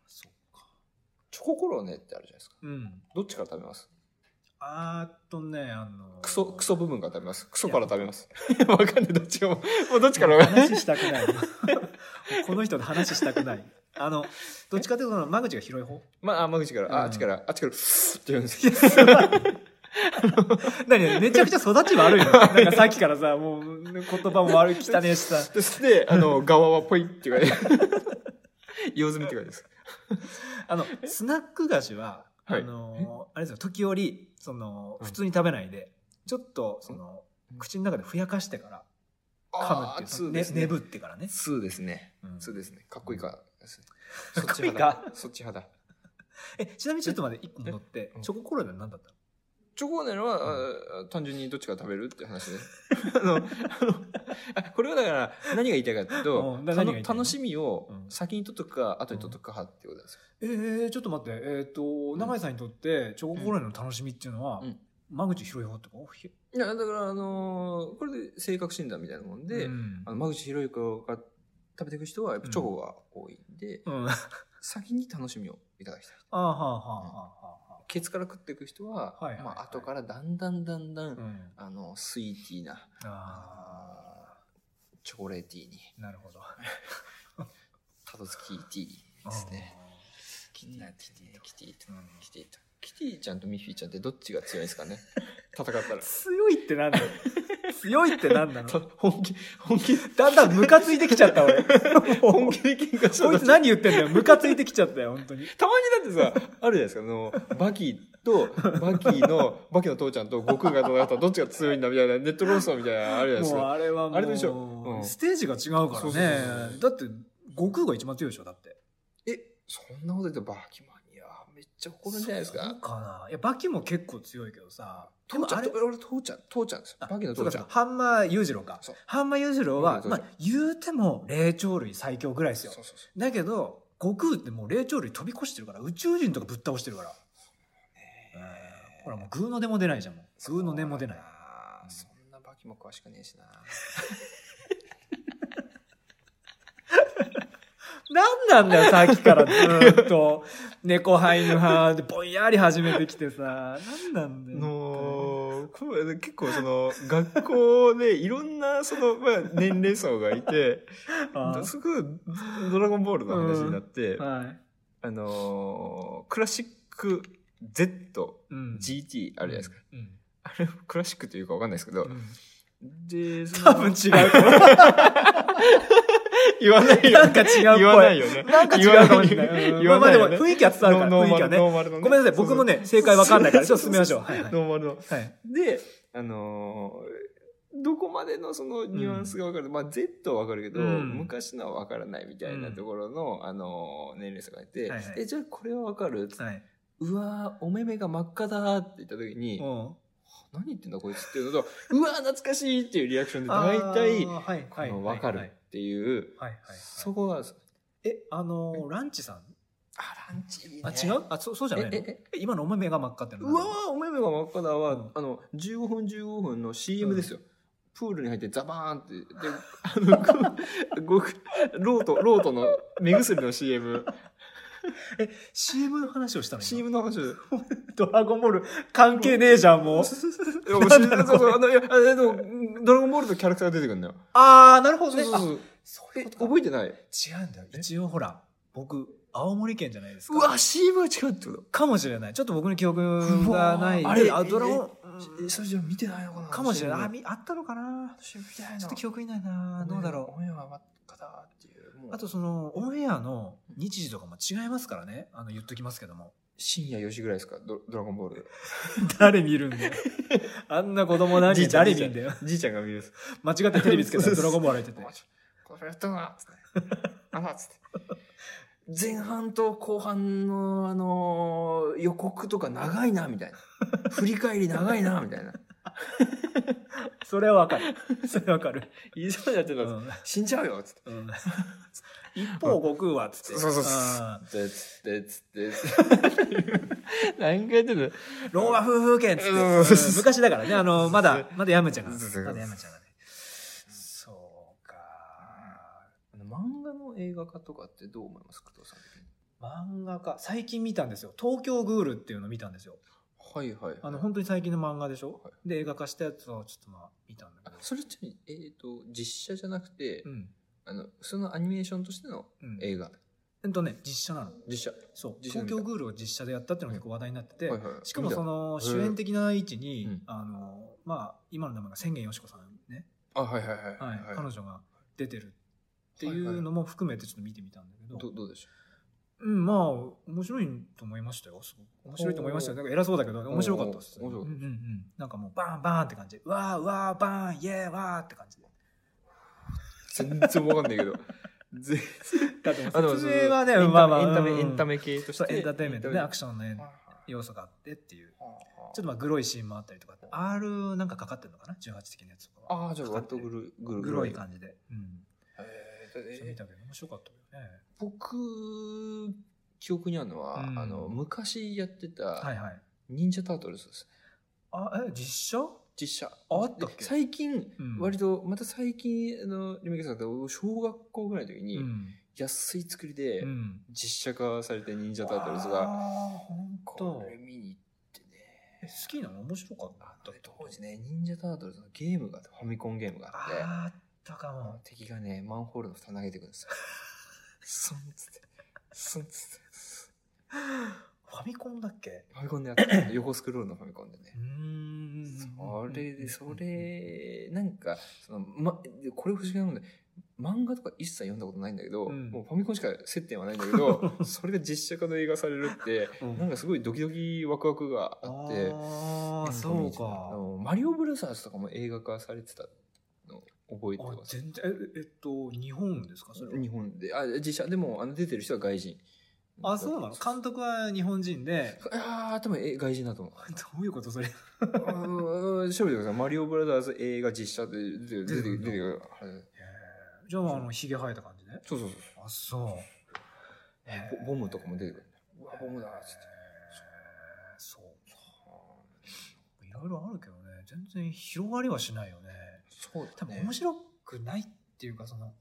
[SPEAKER 1] そっか
[SPEAKER 2] チョココロネってあるじゃないですか。
[SPEAKER 1] うん
[SPEAKER 2] どっちから食べます
[SPEAKER 1] あーっとねあの
[SPEAKER 2] クソ、クソ部分から食べます。クソから食べます。わかんない、どっちも。もうどっちからが。
[SPEAKER 1] 話したくない この人と話したくないあのどっちかというとその間口が広い 方
[SPEAKER 2] まあ、あ間口から、あ、
[SPEAKER 1] うん
[SPEAKER 2] あっちから、あっちから、ふーって言うんですよ。
[SPEAKER 1] 何々めちゃくちゃ育ち悪いのなんかさっきからさもう言葉も悪い汚ねえしさ
[SPEAKER 2] で、それで、あの、側はポイって言われる。用済みって感じです。
[SPEAKER 1] あの、スナック菓子は、
[SPEAKER 2] はい
[SPEAKER 1] あのー、あれですよ、時折、その、
[SPEAKER 2] うん
[SPEAKER 1] 普通に食べないで、ちょっと、その
[SPEAKER 2] う、ん
[SPEAKER 1] 口の中でふやかしてから、噛むっていうその、ね、
[SPEAKER 2] ね
[SPEAKER 1] ねぶってからね。
[SPEAKER 2] そうですね。
[SPEAKER 1] うん
[SPEAKER 2] そうですね。かっこいいか。ですね
[SPEAKER 1] かっこいいか
[SPEAKER 2] そっち派だ。
[SPEAKER 1] え、ちなみにちょっと待って、一個戻って
[SPEAKER 2] う、ん
[SPEAKER 1] チョココロネは何だったの
[SPEAKER 2] チョコネロは、あ単純にどっちから食べるって話で。 あの、あの、あこれはだから、何が言いたいかっていうと
[SPEAKER 1] うん、な何
[SPEAKER 2] た
[SPEAKER 1] が言
[SPEAKER 2] の
[SPEAKER 1] いたいの
[SPEAKER 2] 楽しみを
[SPEAKER 1] うん
[SPEAKER 2] 先に取っとくか、後に取っとくかってことですよ。
[SPEAKER 1] えー、ちょっと待って、えっ、と、
[SPEAKER 2] ん
[SPEAKER 1] 永井さんにとって、チョココロネの楽しみっていうのは、
[SPEAKER 2] うん
[SPEAKER 1] 間口広い方ってことひ
[SPEAKER 2] いや、だから、あのーこれで性格診断みたいなもんで、
[SPEAKER 1] うん
[SPEAKER 2] あの、間口博之が食べていく人は、やっぱチョコが多いんで、
[SPEAKER 1] うん。あ
[SPEAKER 2] 先に楽しみをいただきたい。
[SPEAKER 1] あ、はあ、はあ、は
[SPEAKER 2] ケツから食っていく人は、
[SPEAKER 1] はいはいはい
[SPEAKER 2] まあ、後からだんだんだんだん、
[SPEAKER 1] あ、はあ。うん。
[SPEAKER 2] あの、スイーティーな、
[SPEAKER 1] あ
[SPEAKER 2] チョコレーティーに、
[SPEAKER 1] ーなるほど。
[SPEAKER 2] タドツキーティーですね。キティー、キティー、キティーと
[SPEAKER 1] う、ん。
[SPEAKER 2] キティーと。キティちゃんとミッフィーちゃんってどっちが強いんですか ね戦ったら。
[SPEAKER 1] 強いってなん だよ。強いってなんなの
[SPEAKER 2] 本気、本気、
[SPEAKER 1] だんだんムカついてきちゃった俺。
[SPEAKER 2] 本気で喧嘩 し
[SPEAKER 1] こい
[SPEAKER 2] た
[SPEAKER 1] つ何言ってんだよ。ムカついてきちゃったよ、本当に。
[SPEAKER 2] たまにだってさ、あるじゃないですか、あの、バキ、とバキのバキの父ちゃんと悟空がどうだったらどっちが強いんだみたいなネット論争みたいなのあるじゃないです
[SPEAKER 1] もう
[SPEAKER 2] か。
[SPEAKER 1] あれはもう
[SPEAKER 2] あれと一緒うん
[SPEAKER 1] ステージが違うか
[SPEAKER 2] そうそうそう
[SPEAKER 1] らねだって悟空が一番強いでしょだって
[SPEAKER 2] えそんなこと言ってバキマニアめっちゃ怒るんじゃないです
[SPEAKER 1] そ
[SPEAKER 2] か
[SPEAKER 1] う。かないやバキも結構強いけどさ
[SPEAKER 2] 父ちゃん
[SPEAKER 1] で
[SPEAKER 2] と
[SPEAKER 1] もあれ
[SPEAKER 2] 俺父ちゃん父ちゃんですよ。バキの
[SPEAKER 1] そう
[SPEAKER 2] 父
[SPEAKER 1] か
[SPEAKER 2] ち
[SPEAKER 1] そ
[SPEAKER 2] ゃ
[SPEAKER 1] うんか。ハンマー裕次郎か
[SPEAKER 2] そう
[SPEAKER 1] ハンマー裕次郎は、
[SPEAKER 2] そう
[SPEAKER 1] まあ、言うても霊長類最強ぐらいです
[SPEAKER 2] そう
[SPEAKER 1] よ
[SPEAKER 2] そうそう
[SPEAKER 1] だけど悟空ってもう霊長類飛び越してるから宇宙人とかぶっ倒してるからうんほらもうグーの音も出ないじゃんもうグーの音も出ない
[SPEAKER 2] あーそんなバキも詳しくねえしな。
[SPEAKER 1] なんなん だよ、さっきからずっと。猫ハイの派でぼんやり始めてきてさ。なんなんだよ。
[SPEAKER 2] のこう結構その学校でいろんなその、まあ、年齢層がいて
[SPEAKER 1] あー
[SPEAKER 2] すぐ「ドラゴンボール」の話になって、
[SPEAKER 1] はい。
[SPEAKER 2] あのークラシック ZGT
[SPEAKER 1] うん
[SPEAKER 2] あるじゃないですか、。
[SPEAKER 1] うん
[SPEAKER 2] あれクラシックというかわかんないですけど、
[SPEAKER 1] うん
[SPEAKER 2] でその
[SPEAKER 1] 多分違うか
[SPEAKER 2] 言わない
[SPEAKER 1] も。 な
[SPEAKER 2] よ
[SPEAKER 1] んか違う声。
[SPEAKER 2] 言わないよね
[SPEAKER 1] なんか違うかもしれない。うん
[SPEAKER 2] 言わない
[SPEAKER 1] ま
[SPEAKER 2] よ
[SPEAKER 1] あま
[SPEAKER 2] ね
[SPEAKER 1] あでも雰囲気は伝わるから、
[SPEAKER 2] ノー
[SPEAKER 1] 雰囲
[SPEAKER 2] マ
[SPEAKER 1] 気は
[SPEAKER 2] ル
[SPEAKER 1] ね。
[SPEAKER 2] ノーマルのね
[SPEAKER 1] ごめんなさい、僕もね、正解わかんないから、ちょっと進めましょう。
[SPEAKER 2] そ
[SPEAKER 1] はいはい
[SPEAKER 2] ノーマルの
[SPEAKER 1] はい。
[SPEAKER 2] であのーどこまでのそのニュアンスが分かる、まあ Z は分かるけど、
[SPEAKER 1] うん
[SPEAKER 2] 昔のは分からないみたいなところの、あのー年齢差がいて、
[SPEAKER 1] はいはい
[SPEAKER 2] えじゃあこれは分かる、
[SPEAKER 1] はい。
[SPEAKER 2] うわーお目目が真っ赤だーって言った時に、
[SPEAKER 1] うん。
[SPEAKER 2] 何言ってんだこいつっていうのと うわー懐かしいっていうリアクションで大体
[SPEAKER 1] あーはい
[SPEAKER 2] こ
[SPEAKER 1] はい。
[SPEAKER 2] の分かる
[SPEAKER 1] は
[SPEAKER 2] っ
[SPEAKER 1] い
[SPEAKER 2] ていう、
[SPEAKER 1] はいはい。
[SPEAKER 2] そこが
[SPEAKER 1] え、あのー、ランチさん
[SPEAKER 2] あランチいいね
[SPEAKER 1] あ、違うあ、そうそうじゃないの
[SPEAKER 2] ええ
[SPEAKER 1] え今のお目が真っ赤ってのは
[SPEAKER 2] うわーお目目が真っ赤だは、
[SPEAKER 1] うん
[SPEAKER 2] あの15分15分の CM ですよ、プールに入ってザバーンってであのごごロートロートの目薬の CM
[SPEAKER 1] え、CM の話をしたの今
[SPEAKER 2] CM の話で
[SPEAKER 1] ドラゴンボール関係ねえじゃん、もう。
[SPEAKER 2] いや
[SPEAKER 1] なんだろう
[SPEAKER 2] そうそうあのいやあえっとドラゴンボールのキャラクターが出てくるんだよ
[SPEAKER 1] ああ、なるほど
[SPEAKER 2] そう
[SPEAKER 1] ね。
[SPEAKER 2] そう
[SPEAKER 1] あ
[SPEAKER 2] そう
[SPEAKER 1] そうい
[SPEAKER 2] え
[SPEAKER 1] うことか
[SPEAKER 2] 覚えてない
[SPEAKER 1] 違うんだよ。一応ほら、僕、青森県じゃないですか。
[SPEAKER 2] うわ CM は違うってこと
[SPEAKER 1] かもしれない。ちょっと僕の記憶
[SPEAKER 2] う
[SPEAKER 1] が
[SPEAKER 2] わ
[SPEAKER 1] ない。
[SPEAKER 2] あれ
[SPEAKER 1] あ、ドラゴン、
[SPEAKER 2] えそれじゃ見てないのかな
[SPEAKER 1] かもしれない。あ、
[SPEAKER 2] 見
[SPEAKER 1] みあったのかな
[SPEAKER 2] てない
[SPEAKER 1] ちょっと記
[SPEAKER 2] ょ
[SPEAKER 1] 憶いないな。どうだろ
[SPEAKER 2] お目目が真っ赤だっていうも
[SPEAKER 1] う。
[SPEAKER 2] う
[SPEAKER 1] あとその、オンエアの日時とかも違いますからね。あの、言っときますけども。
[SPEAKER 2] 深夜4時ぐらいですかドドラゴンボール
[SPEAKER 1] 誰見るんだよ。 あんな子供何
[SPEAKER 2] じ
[SPEAKER 1] 人
[SPEAKER 2] いちゃん
[SPEAKER 1] 誰見るんだよ。
[SPEAKER 2] じいちゃんが見る
[SPEAKER 1] 間違ってテレビつけたらドラゴンボール入ってて。
[SPEAKER 2] これやったな つって。あらつって。 前半と後半の、あのー予告とか長いな、みた いな。振り返り長いな、みたいな。
[SPEAKER 1] それはわかる。それはわかる。
[SPEAKER 2] 以上やってた
[SPEAKER 1] うん
[SPEAKER 2] です
[SPEAKER 1] ん
[SPEAKER 2] 死んじゃうよ、つって。
[SPEAKER 1] うん一方、悟空は、つって。ん
[SPEAKER 2] で、つって、つって、つ って。何回やってる
[SPEAKER 1] 老和夫婦権、つって。
[SPEAKER 2] うん
[SPEAKER 1] うん昔だからね、あ の、まだ、まだヤムちゃんが。ま
[SPEAKER 2] そう
[SPEAKER 1] だヤムちゃんがね。そうか。
[SPEAKER 2] 漫画の映画化とかってどう思います工藤さん的に
[SPEAKER 1] 漫画家、最近見たんですよ。東京グールっていうの見たんですよ。
[SPEAKER 2] はいはいはい。
[SPEAKER 1] あの、本当に最近の漫画でしょ
[SPEAKER 2] はい
[SPEAKER 1] で、映画化したやつをちょっとまあ、見たんだけ
[SPEAKER 2] あ
[SPEAKER 1] ど。
[SPEAKER 2] それちなみに、えっ、と、実写じゃなくて、
[SPEAKER 1] うん。
[SPEAKER 2] あの、そのアニメーションとしての
[SPEAKER 1] うん。
[SPEAKER 2] 映画。
[SPEAKER 1] えっとね、実写なの。
[SPEAKER 2] 実写。
[SPEAKER 1] そう。
[SPEAKER 2] 実写
[SPEAKER 1] 東
[SPEAKER 2] で見た
[SPEAKER 1] 京グールを実写でやったっていうのが結構話題になってて、
[SPEAKER 2] はいはい
[SPEAKER 1] しかもその主演的な位置に、
[SPEAKER 2] うん
[SPEAKER 1] あのまあ今の名前が千元よし子さんね、
[SPEAKER 2] あ、はいはいはい。
[SPEAKER 1] はい彼女が出てるっていうのも含めてちょっと見てみたんだけど、
[SPEAKER 2] どどうでしょ
[SPEAKER 1] うんまあ面白いと思いましたよすごく面白いと思いましたよなんか偉そうだけど面白かったです
[SPEAKER 2] おー面白か
[SPEAKER 1] うん
[SPEAKER 2] った
[SPEAKER 1] うんうん、なんかもうバーンバーンって感じわーわーバーンイエーわーって感じで
[SPEAKER 2] う全然わかんない けど。ぜ
[SPEAKER 1] だってもう
[SPEAKER 2] あでも
[SPEAKER 1] 説明はね
[SPEAKER 2] そうそう
[SPEAKER 1] まあまあ
[SPEAKER 2] エンタメ、
[SPEAKER 1] うん
[SPEAKER 2] エンタメ系とし
[SPEAKER 1] そう
[SPEAKER 2] て。
[SPEAKER 1] エンターテインメントで、ね、アク
[SPEAKER 2] シ
[SPEAKER 1] ションのね
[SPEAKER 2] ョン。
[SPEAKER 1] 要素があってっていうち
[SPEAKER 2] ち
[SPEAKER 1] ょっと
[SPEAKER 2] ょっ
[SPEAKER 1] まあグロいシーンもあったりとか R なんかかかってるのかな18的なやつとか
[SPEAKER 2] と、
[SPEAKER 1] は
[SPEAKER 2] ああ、じゃあ、割とグル、グル、
[SPEAKER 1] グロい感じで、うん、
[SPEAKER 2] へーだ
[SPEAKER 1] そう見
[SPEAKER 2] え
[SPEAKER 1] たけど面白かったよね
[SPEAKER 2] 僕、記憶にあるのは、
[SPEAKER 1] うん
[SPEAKER 2] あの、昔やって
[SPEAKER 1] はい
[SPEAKER 2] た、
[SPEAKER 1] はい
[SPEAKER 2] 忍者タートルズですね。
[SPEAKER 1] あえ実写
[SPEAKER 2] 実写。
[SPEAKER 1] あったっけ
[SPEAKER 2] で最近
[SPEAKER 1] うん、
[SPEAKER 2] 割と、また最近、あの、リメイクされた、小学校ぐらいの時に、
[SPEAKER 1] ん、
[SPEAKER 2] 安い作りで
[SPEAKER 1] う、ん、
[SPEAKER 2] 実写化されて忍者タートルズ
[SPEAKER 1] あ
[SPEAKER 2] が、
[SPEAKER 1] あ本
[SPEAKER 2] こ
[SPEAKER 1] 当
[SPEAKER 2] れ見に行ってね。
[SPEAKER 1] え好きなの面白かっ
[SPEAKER 2] あ
[SPEAKER 1] た
[SPEAKER 2] と当時ね、忍者タートルズのゲームがあって、ファミコンゲームがあって、
[SPEAKER 1] あったか
[SPEAKER 2] あの
[SPEAKER 1] も
[SPEAKER 2] 敵がね、マンホールの蓋投げてくるんですよ。スンっつって、スンっつって。
[SPEAKER 1] ファミコンだっけ
[SPEAKER 2] ファミコンでやって、横スクロールのファミコンでね
[SPEAKER 1] う。ーん
[SPEAKER 2] それで、それ、なんか、その、ま、これ不思議なもんで、漫画とか一切読んだことないんだけど、
[SPEAKER 1] うん
[SPEAKER 2] もうファミコンしか接点はないんだけ どそれで実写化の映画されるって
[SPEAKER 1] うん
[SPEAKER 2] なんかすごいドキドキワクワクがあって
[SPEAKER 1] ああそ
[SPEAKER 2] なん
[SPEAKER 1] う
[SPEAKER 2] かあ
[SPEAKER 1] か
[SPEAKER 2] のマリオブラザーズとかも映画化されてたの覚えて
[SPEAKER 1] あ
[SPEAKER 2] ます
[SPEAKER 1] 全然ええっと日本ですかそれは
[SPEAKER 2] 日本であ実写でもあの出てる人は外人
[SPEAKER 1] あそうなの監督は日本人で
[SPEAKER 2] ああ多分え外人だと思 う
[SPEAKER 1] どういうことそれ
[SPEAKER 2] うんうん調べてください。マリオブラザーズ映画実写で出て出て出てくる。はい
[SPEAKER 1] じゃああのひげ生えた感じね
[SPEAKER 2] そうそうそう
[SPEAKER 1] あそうへ
[SPEAKER 2] そう。ボボムとかも出てくる。うわ、ボムだ
[SPEAKER 1] え
[SPEAKER 2] ー
[SPEAKER 1] ー
[SPEAKER 2] っつって。
[SPEAKER 1] そういろいろあるけどね全然広がりはしないよね
[SPEAKER 2] そうだ
[SPEAKER 1] 多分
[SPEAKER 2] ね。
[SPEAKER 1] 面白くないっていうかその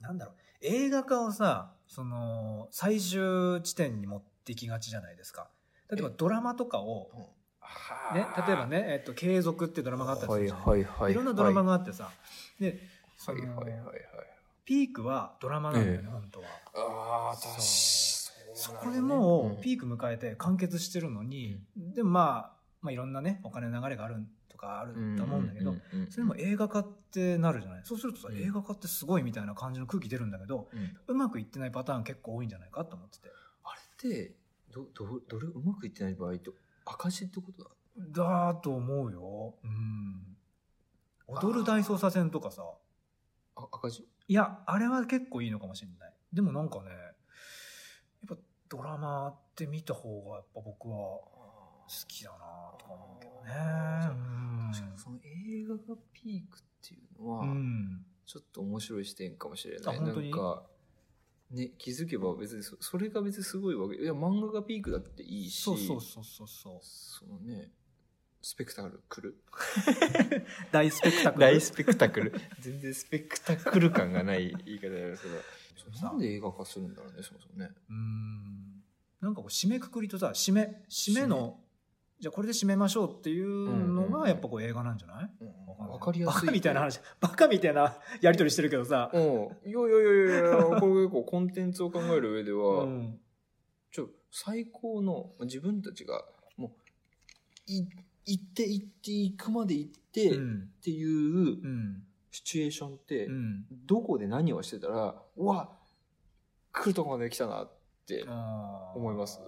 [SPEAKER 1] なんだろう映画化をさその最終地点に持ってきがちじゃないですか例えば
[SPEAKER 2] え
[SPEAKER 1] ドラマとかを、
[SPEAKER 2] は
[SPEAKER 1] ね、
[SPEAKER 2] ー
[SPEAKER 1] 例えば、ね「えっと、継続」ってドラマがあったりするじゃん
[SPEAKER 2] いはい
[SPEAKER 1] いろんなドラマがあってさで
[SPEAKER 2] は
[SPEAKER 1] そ
[SPEAKER 2] いはい
[SPEAKER 1] の
[SPEAKER 2] はいはい。
[SPEAKER 1] ピークはドラマなんだよね、
[SPEAKER 2] ええ
[SPEAKER 1] 本当は。
[SPEAKER 2] ああ、確かに。
[SPEAKER 1] そう
[SPEAKER 2] な
[SPEAKER 1] こ
[SPEAKER 2] のね
[SPEAKER 1] でもうピーク迎えて完結してるのに、でもまあ、まあいろんなね、お金の流れがあるとかあると思うんだけど、、それも映画化ってなるじゃないそうするとさ、
[SPEAKER 2] うん
[SPEAKER 1] 映画化ってすごいみたいな感じの空気出るんだけど、
[SPEAKER 2] う
[SPEAKER 1] う
[SPEAKER 2] ん
[SPEAKER 1] まくいってないパターン結構多いんじゃないかと思ってて。
[SPEAKER 2] あれって、ど、ど、どれうまくいってない場合と赤字ってことだ
[SPEAKER 1] だと思うよ。うん。踊る大捜査線とかさ、
[SPEAKER 2] あ赤字
[SPEAKER 1] いや、あれは結構いいのかもしれない。でもなんかね、やっぱドラマって見た方がやっぱ僕は好きだなとか思うけどね。
[SPEAKER 2] 確かにその映画がピークっていうのは、
[SPEAKER 1] うん。
[SPEAKER 2] ちょっと面白い視点かもしれ
[SPEAKER 1] あ
[SPEAKER 2] ない。な
[SPEAKER 1] 本当に
[SPEAKER 2] んか、ね、気づけば別にそ、それが別にすごいわけ。いや、漫画がピークだっていいし、
[SPEAKER 1] そうそうそうそうそう。
[SPEAKER 2] そのね、スペクタクル。
[SPEAKER 1] 大スペクタクル。
[SPEAKER 2] 大スペクタクル。 全然スペクタクル感がない言い方 だよ、それは。
[SPEAKER 1] さ
[SPEAKER 2] なんで映画化するんだろうね、そもそもね。
[SPEAKER 1] うん。なんかこう締めくくりとさ、締め、締めの、じゃあこれで締めましょうっていうの
[SPEAKER 2] うんうんう
[SPEAKER 1] が
[SPEAKER 2] ん
[SPEAKER 1] やっぱこう映画なんじゃないわんな
[SPEAKER 2] わかりやすい。
[SPEAKER 1] バカみたいな話、バカみたいな やりとりしてるけどさ。
[SPEAKER 2] うん。いやいやいやいや、これ結構コンテンツを考える上では、
[SPEAKER 1] うん。
[SPEAKER 2] ちょ最高の自分たちがもうい行って行って行くまで行って、
[SPEAKER 1] う
[SPEAKER 2] っ
[SPEAKER 1] ん。
[SPEAKER 2] ていう
[SPEAKER 1] うん。
[SPEAKER 2] シチュエーションって、
[SPEAKER 1] うん。
[SPEAKER 2] どこで何をしてたらうわ来るとこまで来たなって思
[SPEAKER 1] 思
[SPEAKER 2] います。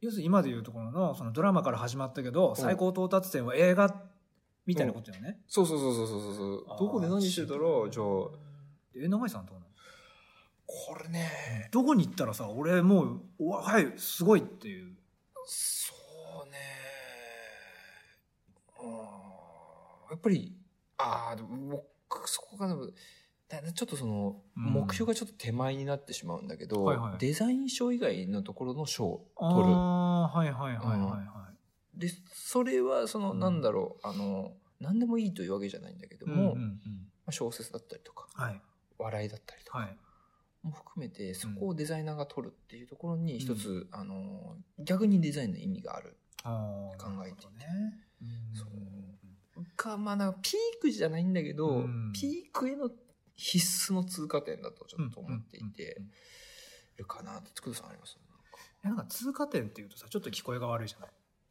[SPEAKER 1] 要するに今でいうところのそのドラマから始まったけど、最高到達点は映画みたいなことよね、
[SPEAKER 2] そうそうそうそうそうそう
[SPEAKER 1] あー
[SPEAKER 2] どこで何してたらじゃあこ
[SPEAKER 1] でえ永井さんどうなの
[SPEAKER 2] れね
[SPEAKER 1] どこに行ったらさ俺もううわはいすごいっていう
[SPEAKER 2] そうねうんやっぱりああでも僕そこが多分だちょっとその、
[SPEAKER 1] うん
[SPEAKER 2] 目標がちょっと手前になってしまうんだけど、
[SPEAKER 1] はいはい
[SPEAKER 2] デザイン賞以外のところの賞を取る
[SPEAKER 1] ああはいはいはいはいは
[SPEAKER 2] でそれはその、
[SPEAKER 1] うん
[SPEAKER 2] なんだろうあの何でもいいというわけじゃないんだけど
[SPEAKER 1] い、
[SPEAKER 2] も、
[SPEAKER 1] うんうんう
[SPEAKER 2] ま
[SPEAKER 1] ん
[SPEAKER 2] あ小説だったりとか
[SPEAKER 1] はい
[SPEAKER 2] 笑いだったりとか、
[SPEAKER 1] はい
[SPEAKER 2] も含めてそこをデザイナーが取るっていうところに一つ、あの逆にデザインの意味がある
[SPEAKER 1] あー
[SPEAKER 2] 考えていて
[SPEAKER 1] なるほどね
[SPEAKER 2] そうんかまあなんかピークじゃないんだけど、
[SPEAKER 1] うん
[SPEAKER 2] ピークへの必須の通過点だとちょっと思ってい
[SPEAKER 1] うん
[SPEAKER 2] て
[SPEAKER 1] うんうん
[SPEAKER 2] るかなってつくどさんあります
[SPEAKER 1] いやなんか通過点っていうとさちょっと聞こえが悪いじゃない、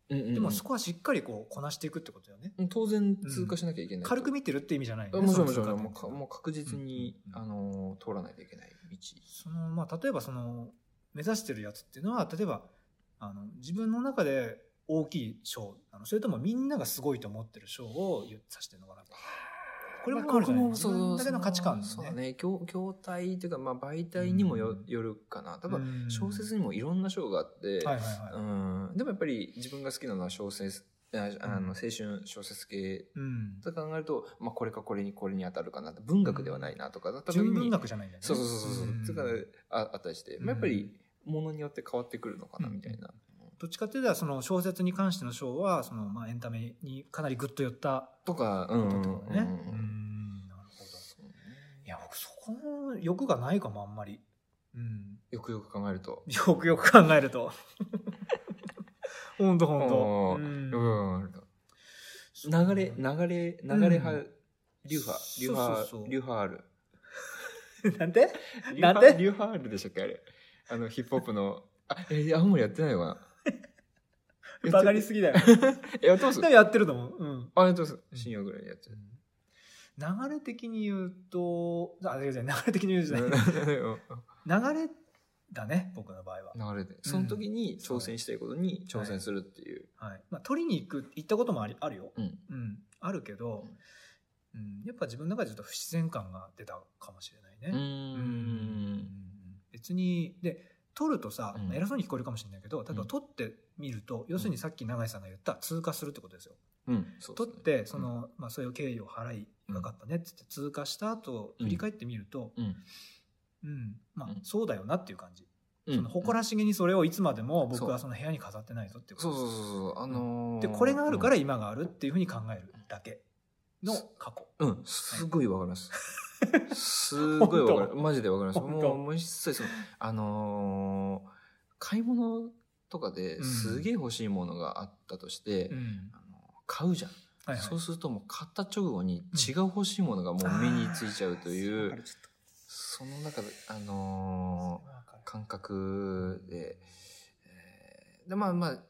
[SPEAKER 2] うんうんうん
[SPEAKER 1] でもそこはしっかりこうこなしていくってことだよね
[SPEAKER 2] 当然通過しなきゃいけないと、
[SPEAKER 1] 軽く見てるって意味じゃないよ
[SPEAKER 2] あ
[SPEAKER 1] ね
[SPEAKER 2] もちろんもち
[SPEAKER 1] そ
[SPEAKER 2] ろ
[SPEAKER 1] の
[SPEAKER 2] ん
[SPEAKER 1] 通過点
[SPEAKER 2] もうかもう確実に、
[SPEAKER 1] うんうん
[SPEAKER 2] あの通らないといけない道
[SPEAKER 1] そのまあ、例えばその目指してるやつっていうのは例えばあの自分の中で大きい賞なのそれともみんながすごいと思ってる賞を言指してるのかなこれもあるじゃない
[SPEAKER 2] まあ
[SPEAKER 1] 自分だけの価値観だよね
[SPEAKER 2] そうだね業業態というか、まあ、媒体にもよ,、
[SPEAKER 1] うん
[SPEAKER 2] よるかな多分、
[SPEAKER 1] うん
[SPEAKER 2] 小説にもいろんな賞があって、
[SPEAKER 1] はいはいはい
[SPEAKER 2] うんでもやっぱり自分が好きなのは小説ああの青春小説系
[SPEAKER 1] うん
[SPEAKER 2] と考えると、まあ、これかこれにこれに当たるかなって文学ではないなとかだった時
[SPEAKER 1] 純文
[SPEAKER 2] に、
[SPEAKER 1] 学じゃないんだよね
[SPEAKER 2] そうそうそうそう、
[SPEAKER 1] ん
[SPEAKER 2] とかああったりして、まあ、やっぱりものによって変わってくるのかなみたいな、
[SPEAKER 1] どっちかっていうとその小説に関しての賞はその、まあ、エンタメにかなりグッと寄った
[SPEAKER 2] とかう
[SPEAKER 1] こ
[SPEAKER 2] んう
[SPEAKER 1] とっ
[SPEAKER 2] んう
[SPEAKER 1] て
[SPEAKER 2] ん
[SPEAKER 1] ことだね、
[SPEAKER 2] うん
[SPEAKER 1] うんなるほど
[SPEAKER 2] そうね
[SPEAKER 1] いや僕そこの欲がないかもあんまり、うん、
[SPEAKER 2] よくよく考えると、
[SPEAKER 1] よくよく考えると。ほんとほんと
[SPEAKER 2] う。
[SPEAKER 1] うん
[SPEAKER 2] よくよく考えると流れ流れ流れ派、
[SPEAKER 1] うん
[SPEAKER 2] 流派流
[SPEAKER 1] そう
[SPEAKER 2] 派
[SPEAKER 1] そうそう
[SPEAKER 2] 流派ある
[SPEAKER 1] なんで なんで
[SPEAKER 2] 流派あるでしたっけあれあのヒップホップのあえ青森やってないのかな
[SPEAKER 1] バカにすぎだよ。
[SPEAKER 2] えやってます
[SPEAKER 1] でもやってると思う。うん。
[SPEAKER 2] あやってます深夜ぐらいにやってる
[SPEAKER 1] 流れ的に言うと、あ、違う違う、流れ的に言うじゃない。流れだね、僕の場合は。
[SPEAKER 2] 流れで。その時に挑戦したいことに挑戦するっていう。
[SPEAKER 1] はい。まあ、取りに行く、行ったこともあり、あるよ。
[SPEAKER 2] うん。
[SPEAKER 1] うん。あるけど、うん、やっぱ自分の中でちょっと不自然感が出たかもしれないうね。う
[SPEAKER 2] ーん。
[SPEAKER 1] 別に、で、取るとさ
[SPEAKER 2] う、ん
[SPEAKER 1] 偉そうに聞こえるかもしれないけど、例えば取ってみると、要するにさっき永井さんが言った通過するってことですよ。
[SPEAKER 2] うん。そう
[SPEAKER 1] 取っ
[SPEAKER 2] で
[SPEAKER 1] て、その、まあ、それを敬意を払い、かかったねって言って通過した後、
[SPEAKER 2] うん
[SPEAKER 1] 振り返ってみると、
[SPEAKER 2] すね。
[SPEAKER 1] うん、まあ
[SPEAKER 2] う、ん
[SPEAKER 1] そうだよなっていう感じ。
[SPEAKER 2] うん。
[SPEAKER 1] その誇
[SPEAKER 2] ら
[SPEAKER 1] らしげにそれをいつまでも僕
[SPEAKER 2] そ
[SPEAKER 1] は
[SPEAKER 2] う
[SPEAKER 1] その部屋に飾ってないぞっていうこ
[SPEAKER 2] そうそう
[SPEAKER 1] と
[SPEAKER 2] そうそう。あのー
[SPEAKER 1] でこれがあるから、今があるっていうふうに考えるだけの過去
[SPEAKER 2] うん。うん。すごいわかります。すごいわか
[SPEAKER 1] 本
[SPEAKER 2] る。マジでわかります。
[SPEAKER 1] 本当
[SPEAKER 2] もう、もう一切その、あのー買い物とか
[SPEAKER 1] う
[SPEAKER 2] で
[SPEAKER 1] ん
[SPEAKER 2] すげえ欲しいものがあったとして、
[SPEAKER 1] うん
[SPEAKER 2] あの買うじゃん。
[SPEAKER 1] はいはい
[SPEAKER 2] そうするともう買った直後に違う欲しいものがもう目についちゃうという、
[SPEAKER 1] あーわかるちょっと
[SPEAKER 2] その中で、あのー
[SPEAKER 1] わかる
[SPEAKER 2] 感覚で、えーで、まあまあ、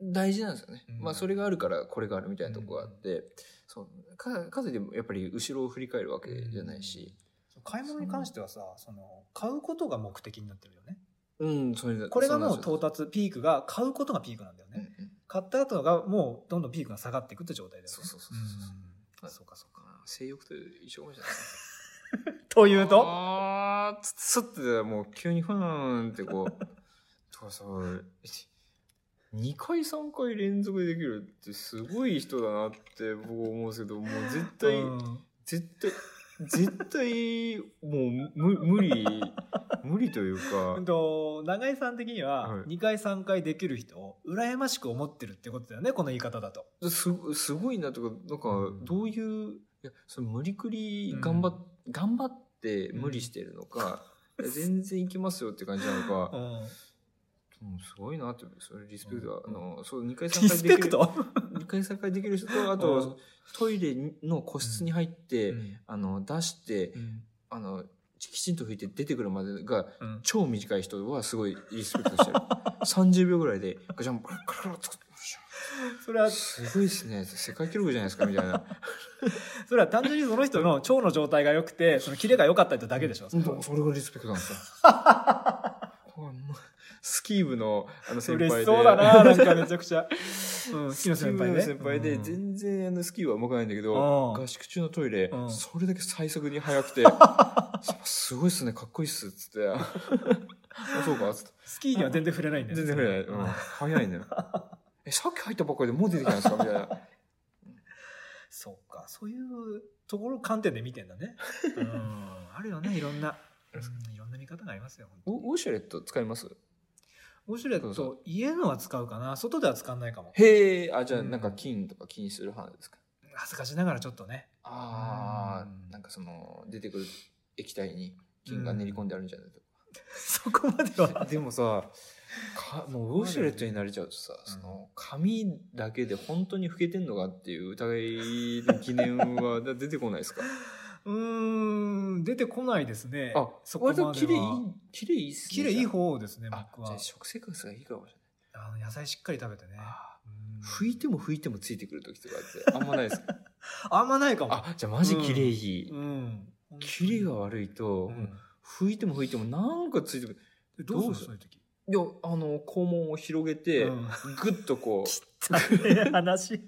[SPEAKER 2] 大事なんですよね。
[SPEAKER 1] うん
[SPEAKER 2] まあそれがあるからこれがあるみたいなとこがあって、そう、か、かといってやっぱり後ろを振り返るわけじゃないし、
[SPEAKER 1] そう買い物に関してはさその買うことが目的になってるよね
[SPEAKER 2] うん、それ
[SPEAKER 1] これがもう到
[SPEAKER 2] 到
[SPEAKER 1] 達ピークが買うことがピークなんだよね、買った後がもうどんどんピークが下がっていくって状態だよね
[SPEAKER 2] そうそうそうそう
[SPEAKER 1] うんそうかそうか
[SPEAKER 2] 性欲と一緒かもしれない。
[SPEAKER 1] というと
[SPEAKER 2] あーつつってもう急にふーんってこう とかさ2回3回連続でできるってすごい人だなって僕思うんですけどもう絶対、
[SPEAKER 1] うん
[SPEAKER 2] 絶対絶対もうむ無理無理というか
[SPEAKER 1] うんと永井さん的には
[SPEAKER 2] はい
[SPEAKER 1] 2回3回できる人を羨ましく思ってるってことだよねこの言い方だと
[SPEAKER 2] すすごいなとかなんかどういういやそれ無理くり頑張っ、頑張って無理してるの か、いや全然いきますよって感じなのか。
[SPEAKER 1] うん
[SPEAKER 2] うん、すごいなって、それリスペクト
[SPEAKER 1] う
[SPEAKER 2] だ、
[SPEAKER 1] ん
[SPEAKER 2] あの、そう、2回
[SPEAKER 1] リ
[SPEAKER 2] 3回
[SPEAKER 1] ス
[SPEAKER 2] で
[SPEAKER 1] ペ
[SPEAKER 2] き
[SPEAKER 1] ク
[SPEAKER 2] る、
[SPEAKER 1] ト
[SPEAKER 2] 2回3回できる人と、あ
[SPEAKER 1] うん
[SPEAKER 2] と、トイレの個室に入って、
[SPEAKER 1] うん
[SPEAKER 2] あの、出して、あの、きちんと拭いて出てくるまでが、
[SPEAKER 1] うん
[SPEAKER 2] 超短い人はすごいリスペクトして る。30秒ぐらいで、ガチャン、バラッカラッと
[SPEAKER 1] それは、
[SPEAKER 2] すごいですね。世界記録じゃないですか、みたいな。
[SPEAKER 1] それは単純にその人の腸の状態が良くて、そのキレが良かった人だけでしょ。
[SPEAKER 2] うん、それがリスペクトなんですよ。ほんまスキー部の、あの、先輩で。
[SPEAKER 1] 嬉しそうだな、なんかめちゃくちゃ。 うん、好きな先輩ね。
[SPEAKER 2] 先輩で、
[SPEAKER 1] うん
[SPEAKER 2] 全然あのスキーは動かないんだけど、
[SPEAKER 1] うん
[SPEAKER 2] 合宿中のトイレ、
[SPEAKER 1] うん
[SPEAKER 2] それだけ最速に速くて、すごいっすね、かっこいいっす、つって。あ、そうか、つって。
[SPEAKER 1] スキーには全然触れないんだよね。
[SPEAKER 2] 全然触れない。うん、早いね。え、さっき入ったばっかりでもう出てきたんですかみたいな。
[SPEAKER 1] そうか、そういうところ観点で見てんだね。うん、あるよね、いろんな。うんいろんな見方がありますよ。
[SPEAKER 2] ウ
[SPEAKER 1] 本当に
[SPEAKER 2] ウォシュレット使います
[SPEAKER 1] ウォシュレッ
[SPEAKER 2] そうそ
[SPEAKER 1] ト、家のは使うかな、外では使わないかも。
[SPEAKER 2] へえ、あ、じゃあ
[SPEAKER 1] うん
[SPEAKER 2] なんか金とか気にする派ですか
[SPEAKER 1] 恥ずかしながらちょっとね。
[SPEAKER 2] あ
[SPEAKER 1] うん
[SPEAKER 2] あ、なんかその、出てくる液体に菌が練り込んであるんじゃないとか。
[SPEAKER 1] そこまでは。
[SPEAKER 2] でもさ、かもうウォシュレットになれちゃうとさ、
[SPEAKER 1] うん
[SPEAKER 2] その髪だけで本当に老けてんのかっていう疑いの疑念 はだ出てこないですか
[SPEAKER 1] うーん、出てこないですね。
[SPEAKER 2] あ、
[SPEAKER 1] そ
[SPEAKER 2] そ
[SPEAKER 1] こ
[SPEAKER 2] こ
[SPEAKER 1] までは
[SPEAKER 2] 割と綺麗いい、綺麗いいっすね。
[SPEAKER 1] キレいい方ですね、
[SPEAKER 2] じゃあ。
[SPEAKER 1] 僕
[SPEAKER 2] あ、じゃ
[SPEAKER 1] は
[SPEAKER 2] あ。食生活がいいかもしれ
[SPEAKER 1] あの野菜しっかり食べてね
[SPEAKER 2] ない。。あ
[SPEAKER 1] うん
[SPEAKER 2] ー拭いても拭いてもついてくる時とかってあんまないです か
[SPEAKER 1] あんまないかも。
[SPEAKER 2] あ、じゃあマジ綺麗いい。
[SPEAKER 1] うん。
[SPEAKER 2] 綺麗が悪いと、
[SPEAKER 1] うん
[SPEAKER 2] 拭いても拭いてもなんかついてくる。
[SPEAKER 1] えどうす
[SPEAKER 2] ど
[SPEAKER 1] る
[SPEAKER 2] うする
[SPEAKER 1] そういう時。
[SPEAKER 2] いや、あの、肛門を広げて、
[SPEAKER 1] うん
[SPEAKER 2] ぐっとこう。
[SPEAKER 1] 話。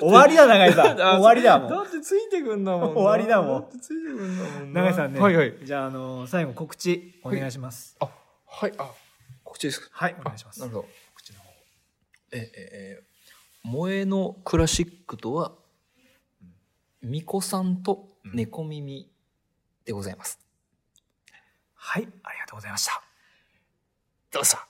[SPEAKER 1] 終わりだ、永井さん。
[SPEAKER 2] あ
[SPEAKER 1] 終わりだ、も
[SPEAKER 2] だ
[SPEAKER 1] う。
[SPEAKER 2] ってついてくんだもんな。
[SPEAKER 1] 終わりだもん
[SPEAKER 2] だってついてくんだもんな。
[SPEAKER 1] 永井さんね。
[SPEAKER 2] はいはい。
[SPEAKER 1] じゃあ、あのー、最後告知、お願いします。
[SPEAKER 2] あ、はい、あ、こっちですか。
[SPEAKER 1] はい、お願いします。
[SPEAKER 2] なるほど。
[SPEAKER 1] 告知の方。
[SPEAKER 2] え、え、え、萌えのクラシックとは、巫女さんと猫耳でございます。
[SPEAKER 1] はい、ありがとうございました。
[SPEAKER 2] どうした